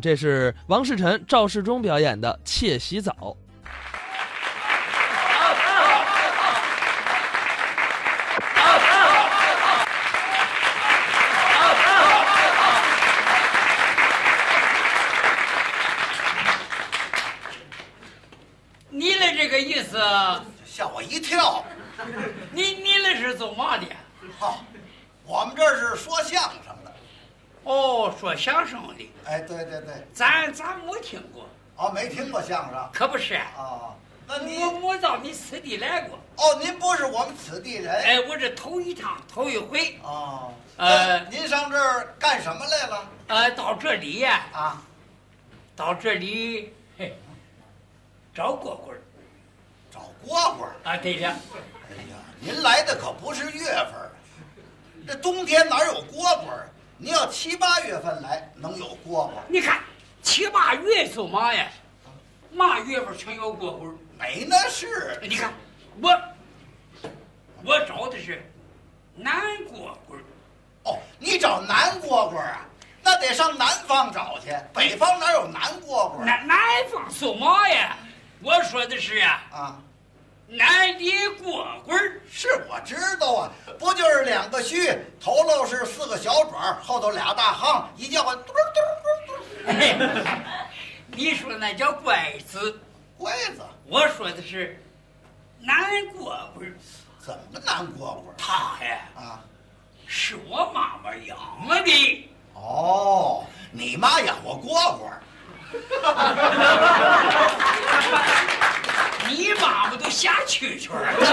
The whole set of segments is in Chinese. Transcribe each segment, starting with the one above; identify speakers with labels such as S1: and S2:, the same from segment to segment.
S1: 这是王世臣、赵世忠表演的《窃洗澡》。
S2: 你的这个意思，
S3: 吓我一跳。
S2: 你你那是做嘛的？
S3: 哈，我们这儿是说相声的。
S2: 哦，说相声的，
S3: 哎，对对对，
S2: 咱咱没听过，
S3: 哦，没听过相声
S2: 可不是。
S3: 啊？那
S2: 我
S3: 您
S2: 我到你此地来过，
S3: 哦，您不是我们此地人
S2: 哎，我这头一趟头一回，
S3: 哦？
S2: 呃
S3: 那您上这儿干什么来了
S2: 呃，到这里呀、
S3: 啊？
S2: 到这里，嘿，找蝈蝈儿
S3: 找蝈蝈儿。
S2: 啊，对了，
S3: 哎呀，您来的可不是月份儿，这冬天哪有蝈蝈儿？您要七八月份来，能有蝈蝈儿？
S2: 你看七八月做嘛呀？嘛月份全有蝈蝈儿？哎
S3: 没那事
S2: 你看我，我找的是南蝈蝈儿，
S3: 哦。你找南蝈蝈儿啊，那得上南方找去，北方哪有南蝈蝈儿啊
S2: 南南方做嘛呀？我说的是啊，
S3: 啊？
S2: 南的蝈蝈儿。
S3: 是我知道啊，不就是两个须，头喽是四个小爪儿，后头俩大夯，一叫唤嘟噜嘟噜嘟噜嘟噜，
S2: 嘿你说那叫拐子，
S3: 乖子，
S2: 我说的是南蝈蝈儿。
S3: 怎么南蝈蝈儿
S2: 他呀，
S3: 啊？
S2: 是我妈妈养了的。
S3: 哦，你妈养活蝈蝈儿。
S2: 你妈妈都瞎蛐蛐儿了，
S3: 这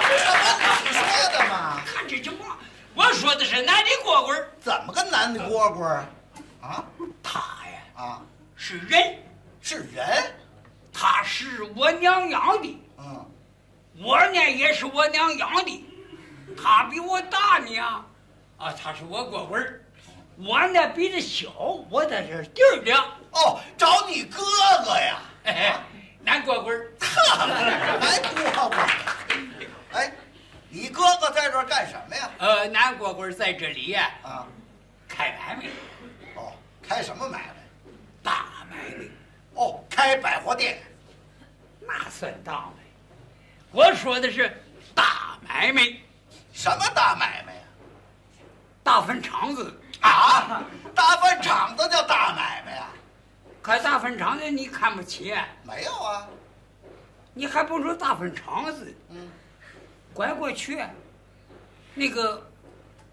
S3: 不你说的吗？
S2: 看这句话，我说的是南的蝈蝈儿。
S3: 怎么个男的蝈蝈儿？啊
S2: 他呀
S3: 啊，
S2: 是人，
S3: 是人？
S2: 他是我娘养的，
S3: 嗯，
S2: 我呢也是我娘养的。他比我大呢，啊，他是我蝈蝈儿。我呢比他小，我在这弟儿俩。
S3: 哦，找你哥哥呀？
S2: 哎，南蝈蝈儿。
S3: 哈，还蝈蝈儿？哎，你哥哥在这儿干什么呀？
S2: 呃，南蝈蝈在这里呀、
S3: 啊，
S2: 开买卖，
S3: 哦，开什么买卖？
S2: 大买卖，
S3: 哦，开百货店。
S2: 那算大买。我说的是大买卖，
S3: 什么大买卖呀？
S2: 大粪场子，
S3: 啊，大饭厂子叫大买卖呀？
S2: 可大粪场子你看不起，
S3: 没有啊。
S2: 你还甭说大粪场子，
S3: 嗯，
S2: 拐过去，那个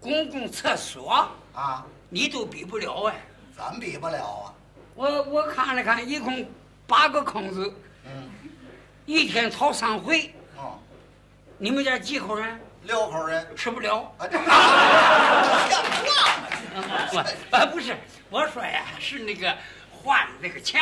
S2: 公共厕所
S3: 啊，
S2: 你都比不了哎。
S3: 咱们比不了啊。
S2: 我我看了看，一共八个坑子，
S3: 嗯，
S2: 一天掏三回，
S3: 哦，
S2: 你们家几口人
S3: 六口人。
S2: 吃不了？
S3: 啊，这像话吗？
S2: 我啊不是，我说呀，是那个换那个钱，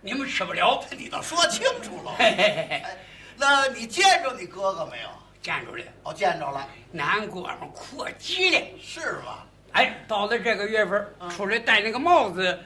S2: 你们吃不了。
S3: 你倒说清楚了。
S2: 嘿嘿嘿嘿，
S3: 哎，那你见着你哥哥没有？
S2: 站住了，
S3: 哦，见着了，
S2: 南国上阔极啊了。
S3: 是吧？
S2: 哎，到了这个月份儿，出来戴那个帽子，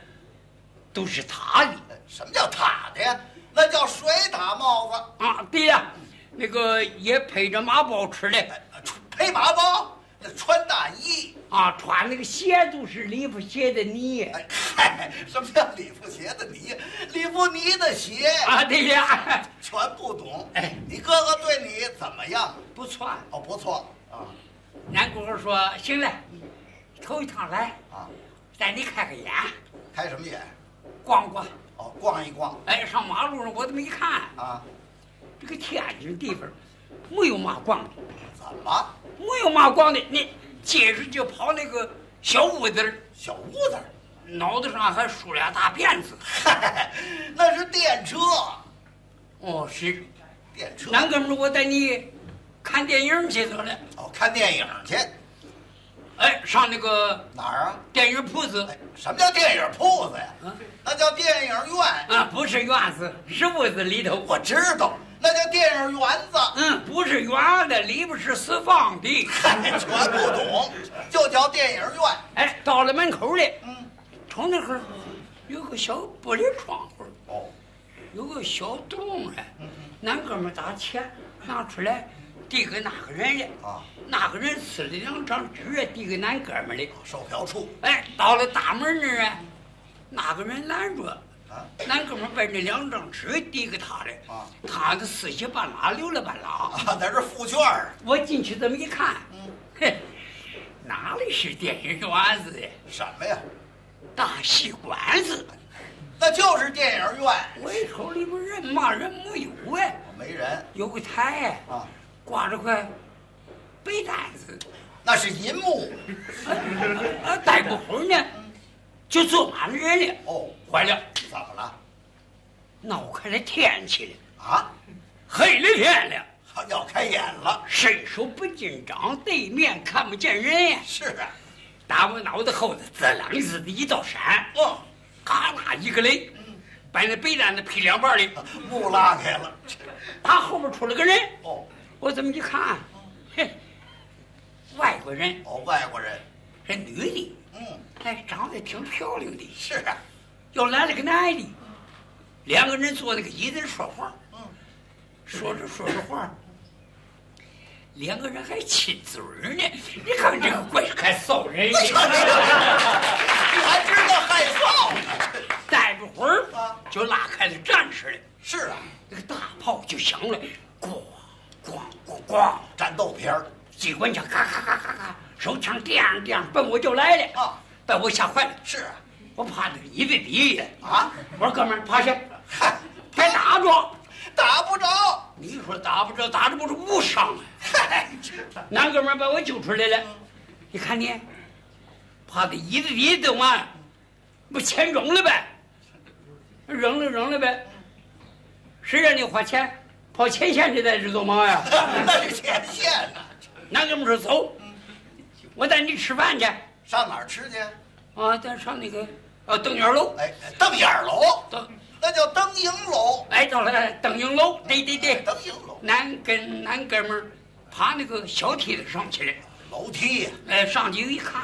S2: 都是他的
S3: 哎什么叫塔的呀？那叫水塔帽子，
S2: 啊。对呀，那个也配着马包吃的
S3: 哎穿披麻包，那穿大衣。
S2: 啊，穿那个鞋都是里布鞋的泥
S3: 哎，嗨，什么叫礼服鞋的泥？礼服泥的鞋，
S2: 啊。对呀，
S3: 全不懂。
S2: 哎
S3: 你哥哥对你怎么样？
S2: 不错。
S3: 哦，不错啊
S2: 南国说行了，头一趟来，
S3: 啊，
S2: 带你开开眼，
S3: 开什么眼？
S2: 逛逛。
S3: 哦，逛一逛
S2: 哎，上马路上我这么一看，
S3: 啊？
S2: 这个天津地方没有嘛逛的，
S3: 怎么？
S2: 没有嘛逛的。你接着就跑那个小屋子儿，
S3: 小屋子儿，
S2: 脑袋上还梳俩大辫子。
S3: 嗨，那是电车，
S2: 哦，是，
S3: 电车。
S2: 南哥们儿，我带你看电影去得了。
S3: 哦，看电影去
S2: 哎，上那个
S3: 哪儿啊？
S2: 电影铺子，
S3: 哎，什么叫电影铺子呀？
S2: 嗯
S3: 那叫电影院。
S2: 啊，不是院子，是屋子里头。
S3: 我知道，那叫电影园子。
S2: 嗯，不是圆的，里边是四方 的。
S3: 嗨，全不懂，就叫电影院。
S2: 哎，到了门口了，
S3: 嗯，
S2: 瞅那会儿有个小玻璃窗户。
S3: 哦，
S2: 有个小洞了，
S3: 嗯
S2: 男哥们儿打钱拿出来，递给哪个人了？
S3: 啊，
S2: 哪个人撕了
S3: 啊
S2: 两张纸，递给男哥们儿了？
S3: 售票处。
S2: 哎，到了大门那儿啊，哪个人拦住了？
S3: 啊，
S2: 俺哥们儿把那两张纸递给他了，
S3: 啊
S2: 他这四七半拉溜了半拉。
S3: 啊，在这儿付券儿
S2: 我进去这么一看，
S3: 嗯
S2: 嘿，哪里是电影院子呀？
S3: 什么呀？
S2: 大戏馆子，
S3: 那就是电影院，
S2: 围口里边人嘛人没有哎，
S3: 我没人
S2: 有个台哎，
S3: 啊，
S2: 挂着块被单子，
S3: 那是银幕
S2: 啊，待不会儿呢，
S3: 嗯
S2: 就坐满了人了。
S3: 哦。
S2: 坏了，
S3: 怎么了？
S2: 闹开了天气了，
S3: 啊，
S2: 黑了天了，
S3: 好要开演了。
S2: 伸手不见掌，对面看不见人呀。
S3: 是啊，
S2: 打我脑袋后头滋楞似的一道闪，
S3: 嗯，
S2: 嘎啦一个雷，把那被单子劈两半里，
S3: 幕拉开了。
S2: 打后边出来个人。
S3: 哦
S2: 我这么一看，嘿，外国人，
S3: 哦，外国人，
S2: 是女的，
S3: 嗯，
S2: 哎，长得挺漂亮的，
S3: 是啊，
S2: 又来了个男的，两个人坐那个椅子上说话，
S3: 嗯，
S2: 说着说着话，两个人还亲嘴儿呢。你看这个怪还臊人
S3: 你
S2: 的，
S3: 还知道害臊 呢？
S2: 待不会儿
S3: 啊
S2: 就拉开了战士了，
S3: 是啊，
S2: 那个大炮就响了，咣咣咣咣。
S3: 战斗片儿
S2: 机关枪咔咔咔咔咔，手枪叮叮奔我就来了，
S3: 啊，
S2: 把我吓坏了，
S3: 是啊，
S2: 我趴着一个比一个，
S3: 啊，
S2: 我说哥们儿趴下，
S3: 嗨，
S2: 别打着，
S3: 打不着。
S2: 你说打不着，打着不是误伤啊。
S3: 嗨，
S2: 男哥们儿把我揪出来了，你看你，趴在椅子底下等嘛，不钱扔了呗，扔了扔了呗，谁让你花钱跑前线去在这做嘛呀？
S3: 那是前线呢、啊
S2: 男哥们儿说走，我带你吃饭去。
S3: 上哪儿吃去？
S2: 啊，咱上那个呃邓园楼，
S3: 哎，瞪眼儿楼，
S2: 到
S3: 那叫灯影楼，
S2: 哎到了邓营楼，对对对，
S3: 灯影楼，
S2: 男跟男哥们儿爬那个小梯子上去了，
S3: 楼梯
S2: 哎上去一看，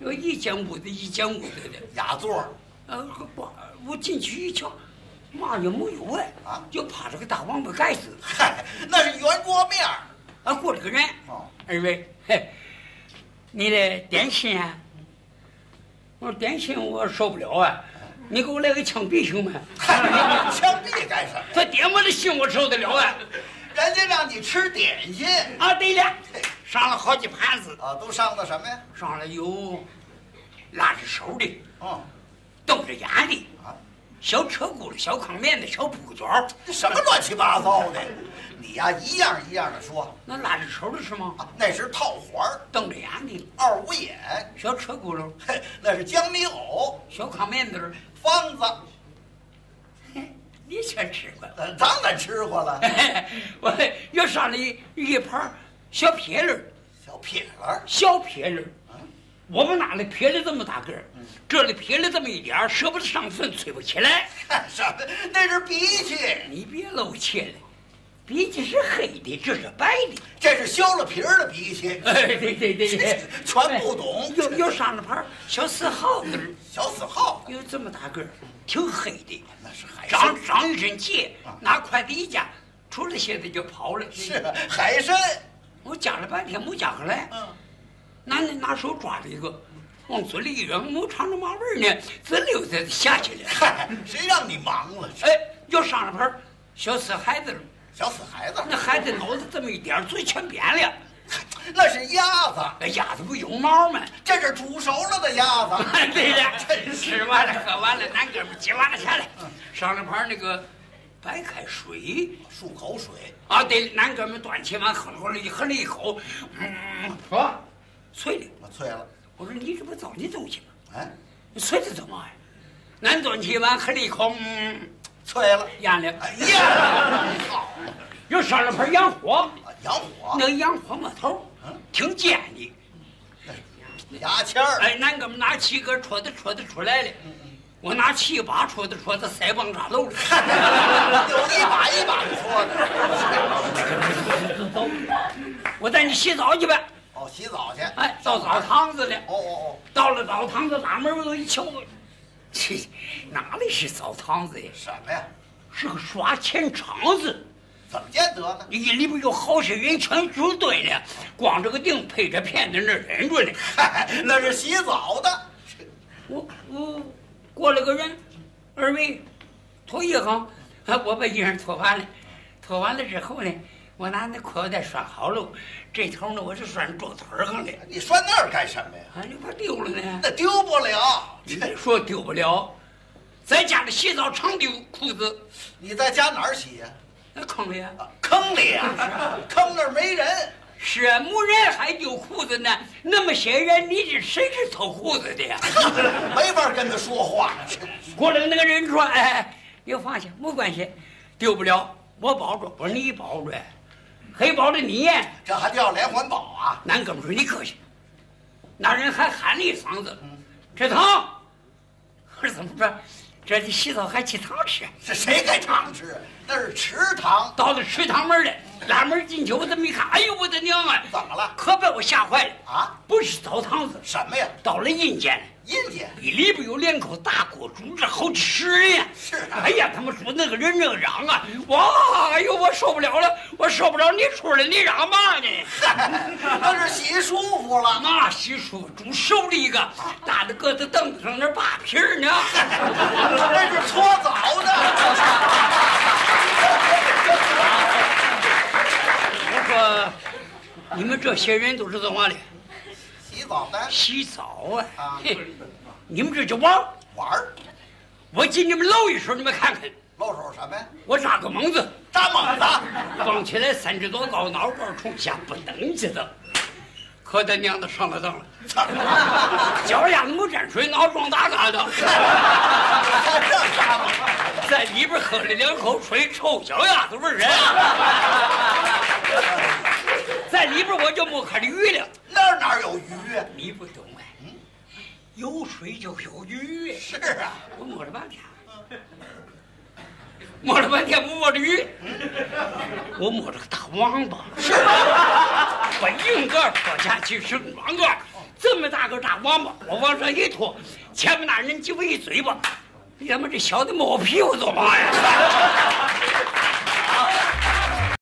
S2: 有一间屋子一间屋子的，
S3: 雅 座儿
S2: 呃我我进去一瞧，嘛也没有哎，
S3: 啊
S2: 就趴着个大王八盖子，
S3: 嗨，那是圆桌面儿
S2: 啊过来个人，
S3: 哦，
S2: 二位，嘿，你的点心啊？我说点心我受不了啊，你给我来个枪毙行吗？
S3: 嗨，枪毙干什么？
S2: 他点我的心我受得了啊！
S3: 人家让你吃点心
S2: 啊，对了，上了好几盘子，
S3: 啊，都上的什么呀？
S2: 上了有拉着手的、
S3: 嗯
S2: 瞪着眼的、
S3: 啊，
S2: 小车轱辘、小炕面的、小铺卷儿。
S3: 这什么乱七八糟的？你呀，一样一样的说
S2: 那拉着手的是吗？
S3: 啊，那是套环儿、
S2: 瞪着眼的、
S3: 二五眼，
S2: 小车轱辘、
S3: 嘿， 那是江米藕、
S2: 小炕面子儿，
S3: 方子，
S2: 你全吃过了。
S3: 呃当然吃过了。
S2: 我又上了一一盘儿小撇轮儿，
S3: 小撇轮儿，
S2: 小撇轮儿。我们哪里撇了这么大个儿，这里撇了这么一点儿，舍不得上粪，吹不起来。
S3: 干什么？那是鼻涕，
S2: 你别露怯了，鼻涕是黑的，这是白的。
S3: 这是削了皮儿的鼻涕，
S2: 哎， 对对对 对，
S3: 全不懂
S2: 又又上了盘儿小死耗子儿，
S3: 小死耗子，
S2: 有这么大个儿，挺黑的，
S3: 那是啊海参
S2: 长，长一身气，拿筷子一夹，出来些子就跑了。
S3: 是啊海参。
S2: 我夹了半天没夹回来，
S3: 嗯，
S2: 男的拿手抓了一个，往嘴里一扔，没尝着嘛味儿呢，滋溜达下去 了。
S3: 嗨，谁让你忙了？
S2: 哎，又上了盘儿小死孩子了，
S3: 小死孩子，
S2: 那孩子脑子这么一点儿，嘴全扁了。
S3: 那是鸭子。
S2: 哎，鸭子不有毛吗？。
S3: 这是煮熟了的鸭子
S2: 哎对了，吃完了喝完了，咱哥们儿挤完了下来，
S3: 嗯
S2: 上了盘那个白开水
S3: 漱口水，
S2: 啊，对了，咱哥们儿端起碗喝了喝了一喝了一口，嗯，啊，脆了。
S3: 我脆了。
S2: 我说你这不糟你东西吗？
S3: 哎，
S2: 你脆的怎么呀？俺端起碗喝了一口，嗯，
S3: 脆了。
S2: 咽了，
S3: 哎呀，好，
S2: 又上了盘洋火，
S3: 养我
S2: 那个洋火没头
S3: 嗯，
S2: 挺尖的。
S3: 牙签儿，
S2: 哎，俺哥们拿气根戳子戳子出来了，
S3: 嗯
S2: 我拿气把戳子戳子腮帮子漏了。
S3: 有一把一把的搓的。
S2: 我带你洗澡去吧。
S3: 哦，洗澡去。
S2: 哎，到澡堂子了。
S3: 哦哦哦，
S2: 到了澡堂子，打门我一瞧，这哪里是澡堂子呀？
S3: 什么呀？
S2: 是个耍钱场子，
S3: 怎么见得呢？
S2: 里里边有好些人全组队了，光着个腚配 着片在那儿忍着呢。
S3: 嗨，那是洗澡的。
S2: 我我过来个人，二位脱衣裳，啊， 我把衣裳脱完了，脱完了之后呢，我拿那裤腰带拴好了，这头呢我是拴桌腿儿上的，
S3: 你拴那儿干什么呀？
S2: 啊，你怕丢了呢？
S3: 那丢不了。
S2: 你别说丢不了，在家里洗澡常丢裤子，
S3: 你在家哪儿洗呀、
S2: 那坑里啊。
S3: 啊坑里呀、坑那儿没人。
S2: 是啊，没人还丢裤子呢。那么些人，你这谁是偷裤子的呀？
S3: 没法跟他说话。
S2: 过来那个人说：“哎，你放下，没关系，丢不了，我保着。”我说：“你保着，还保着你？”
S3: 这还叫连环保啊？
S2: 男哥们说：“你客气。”那人还喊了一嗓子：“吃糖！” 我说：“怎么着？这这洗澡还起糖吃？啊
S3: 这谁给糖吃？啊那是池塘。
S2: 到了池塘门了，拉门进去，我这么一看，哎呦我的娘啊！
S3: 怎么了？
S2: 可把我吓坏了
S3: 啊！
S2: 不是澡堂子，
S3: 什么呀？
S2: 到了阴间了。
S3: 阴间。
S2: 里里边有两口大锅煮着好几十人呀！
S3: 是啊
S2: 哎呀，他们说那个人那个嚷啊，哇，哎呦，我受不了了，我受不了！你出来，你嚷嘛呢？
S3: 那是洗舒服了。
S2: 那洗漱煮熟了一个，搭着搁在凳子上那扒皮儿呢。
S3: 那是搓澡的。
S2: 我说，你们这些人都是怎么的？
S3: 洗澡的
S2: 洗澡啊
S3: 啊？
S2: 嘿，你们这叫玩儿
S3: 玩儿，
S2: 我进你们搂一手，你们看看，
S3: 露手什么呀？
S2: 我扎个猛子。
S3: 扎猛子。
S2: 蹦起来三尺多高，脑瓜冲下不等去的，可他娘的上了当了，脚丫子没沾水，脑撞大嘎的，
S3: 还这扎猛子？
S2: 在里边喝了两口水，臭脚丫子味儿人，啊在里边我就没看着鱼了，
S3: 那儿哪有鱼啊？
S2: 你不懂哎，有水就有鱼，
S3: 是啊，
S2: 我摸了半天。摸了半天没摸着鱼，我摸着个大王八。
S3: 是啊，
S2: 把硬盖拖下去是软盖，这么大个大王八，我往上一拖，哎前面那人鸡巴一嘴巴，你他妈这小子摸我屁股做嘛呀？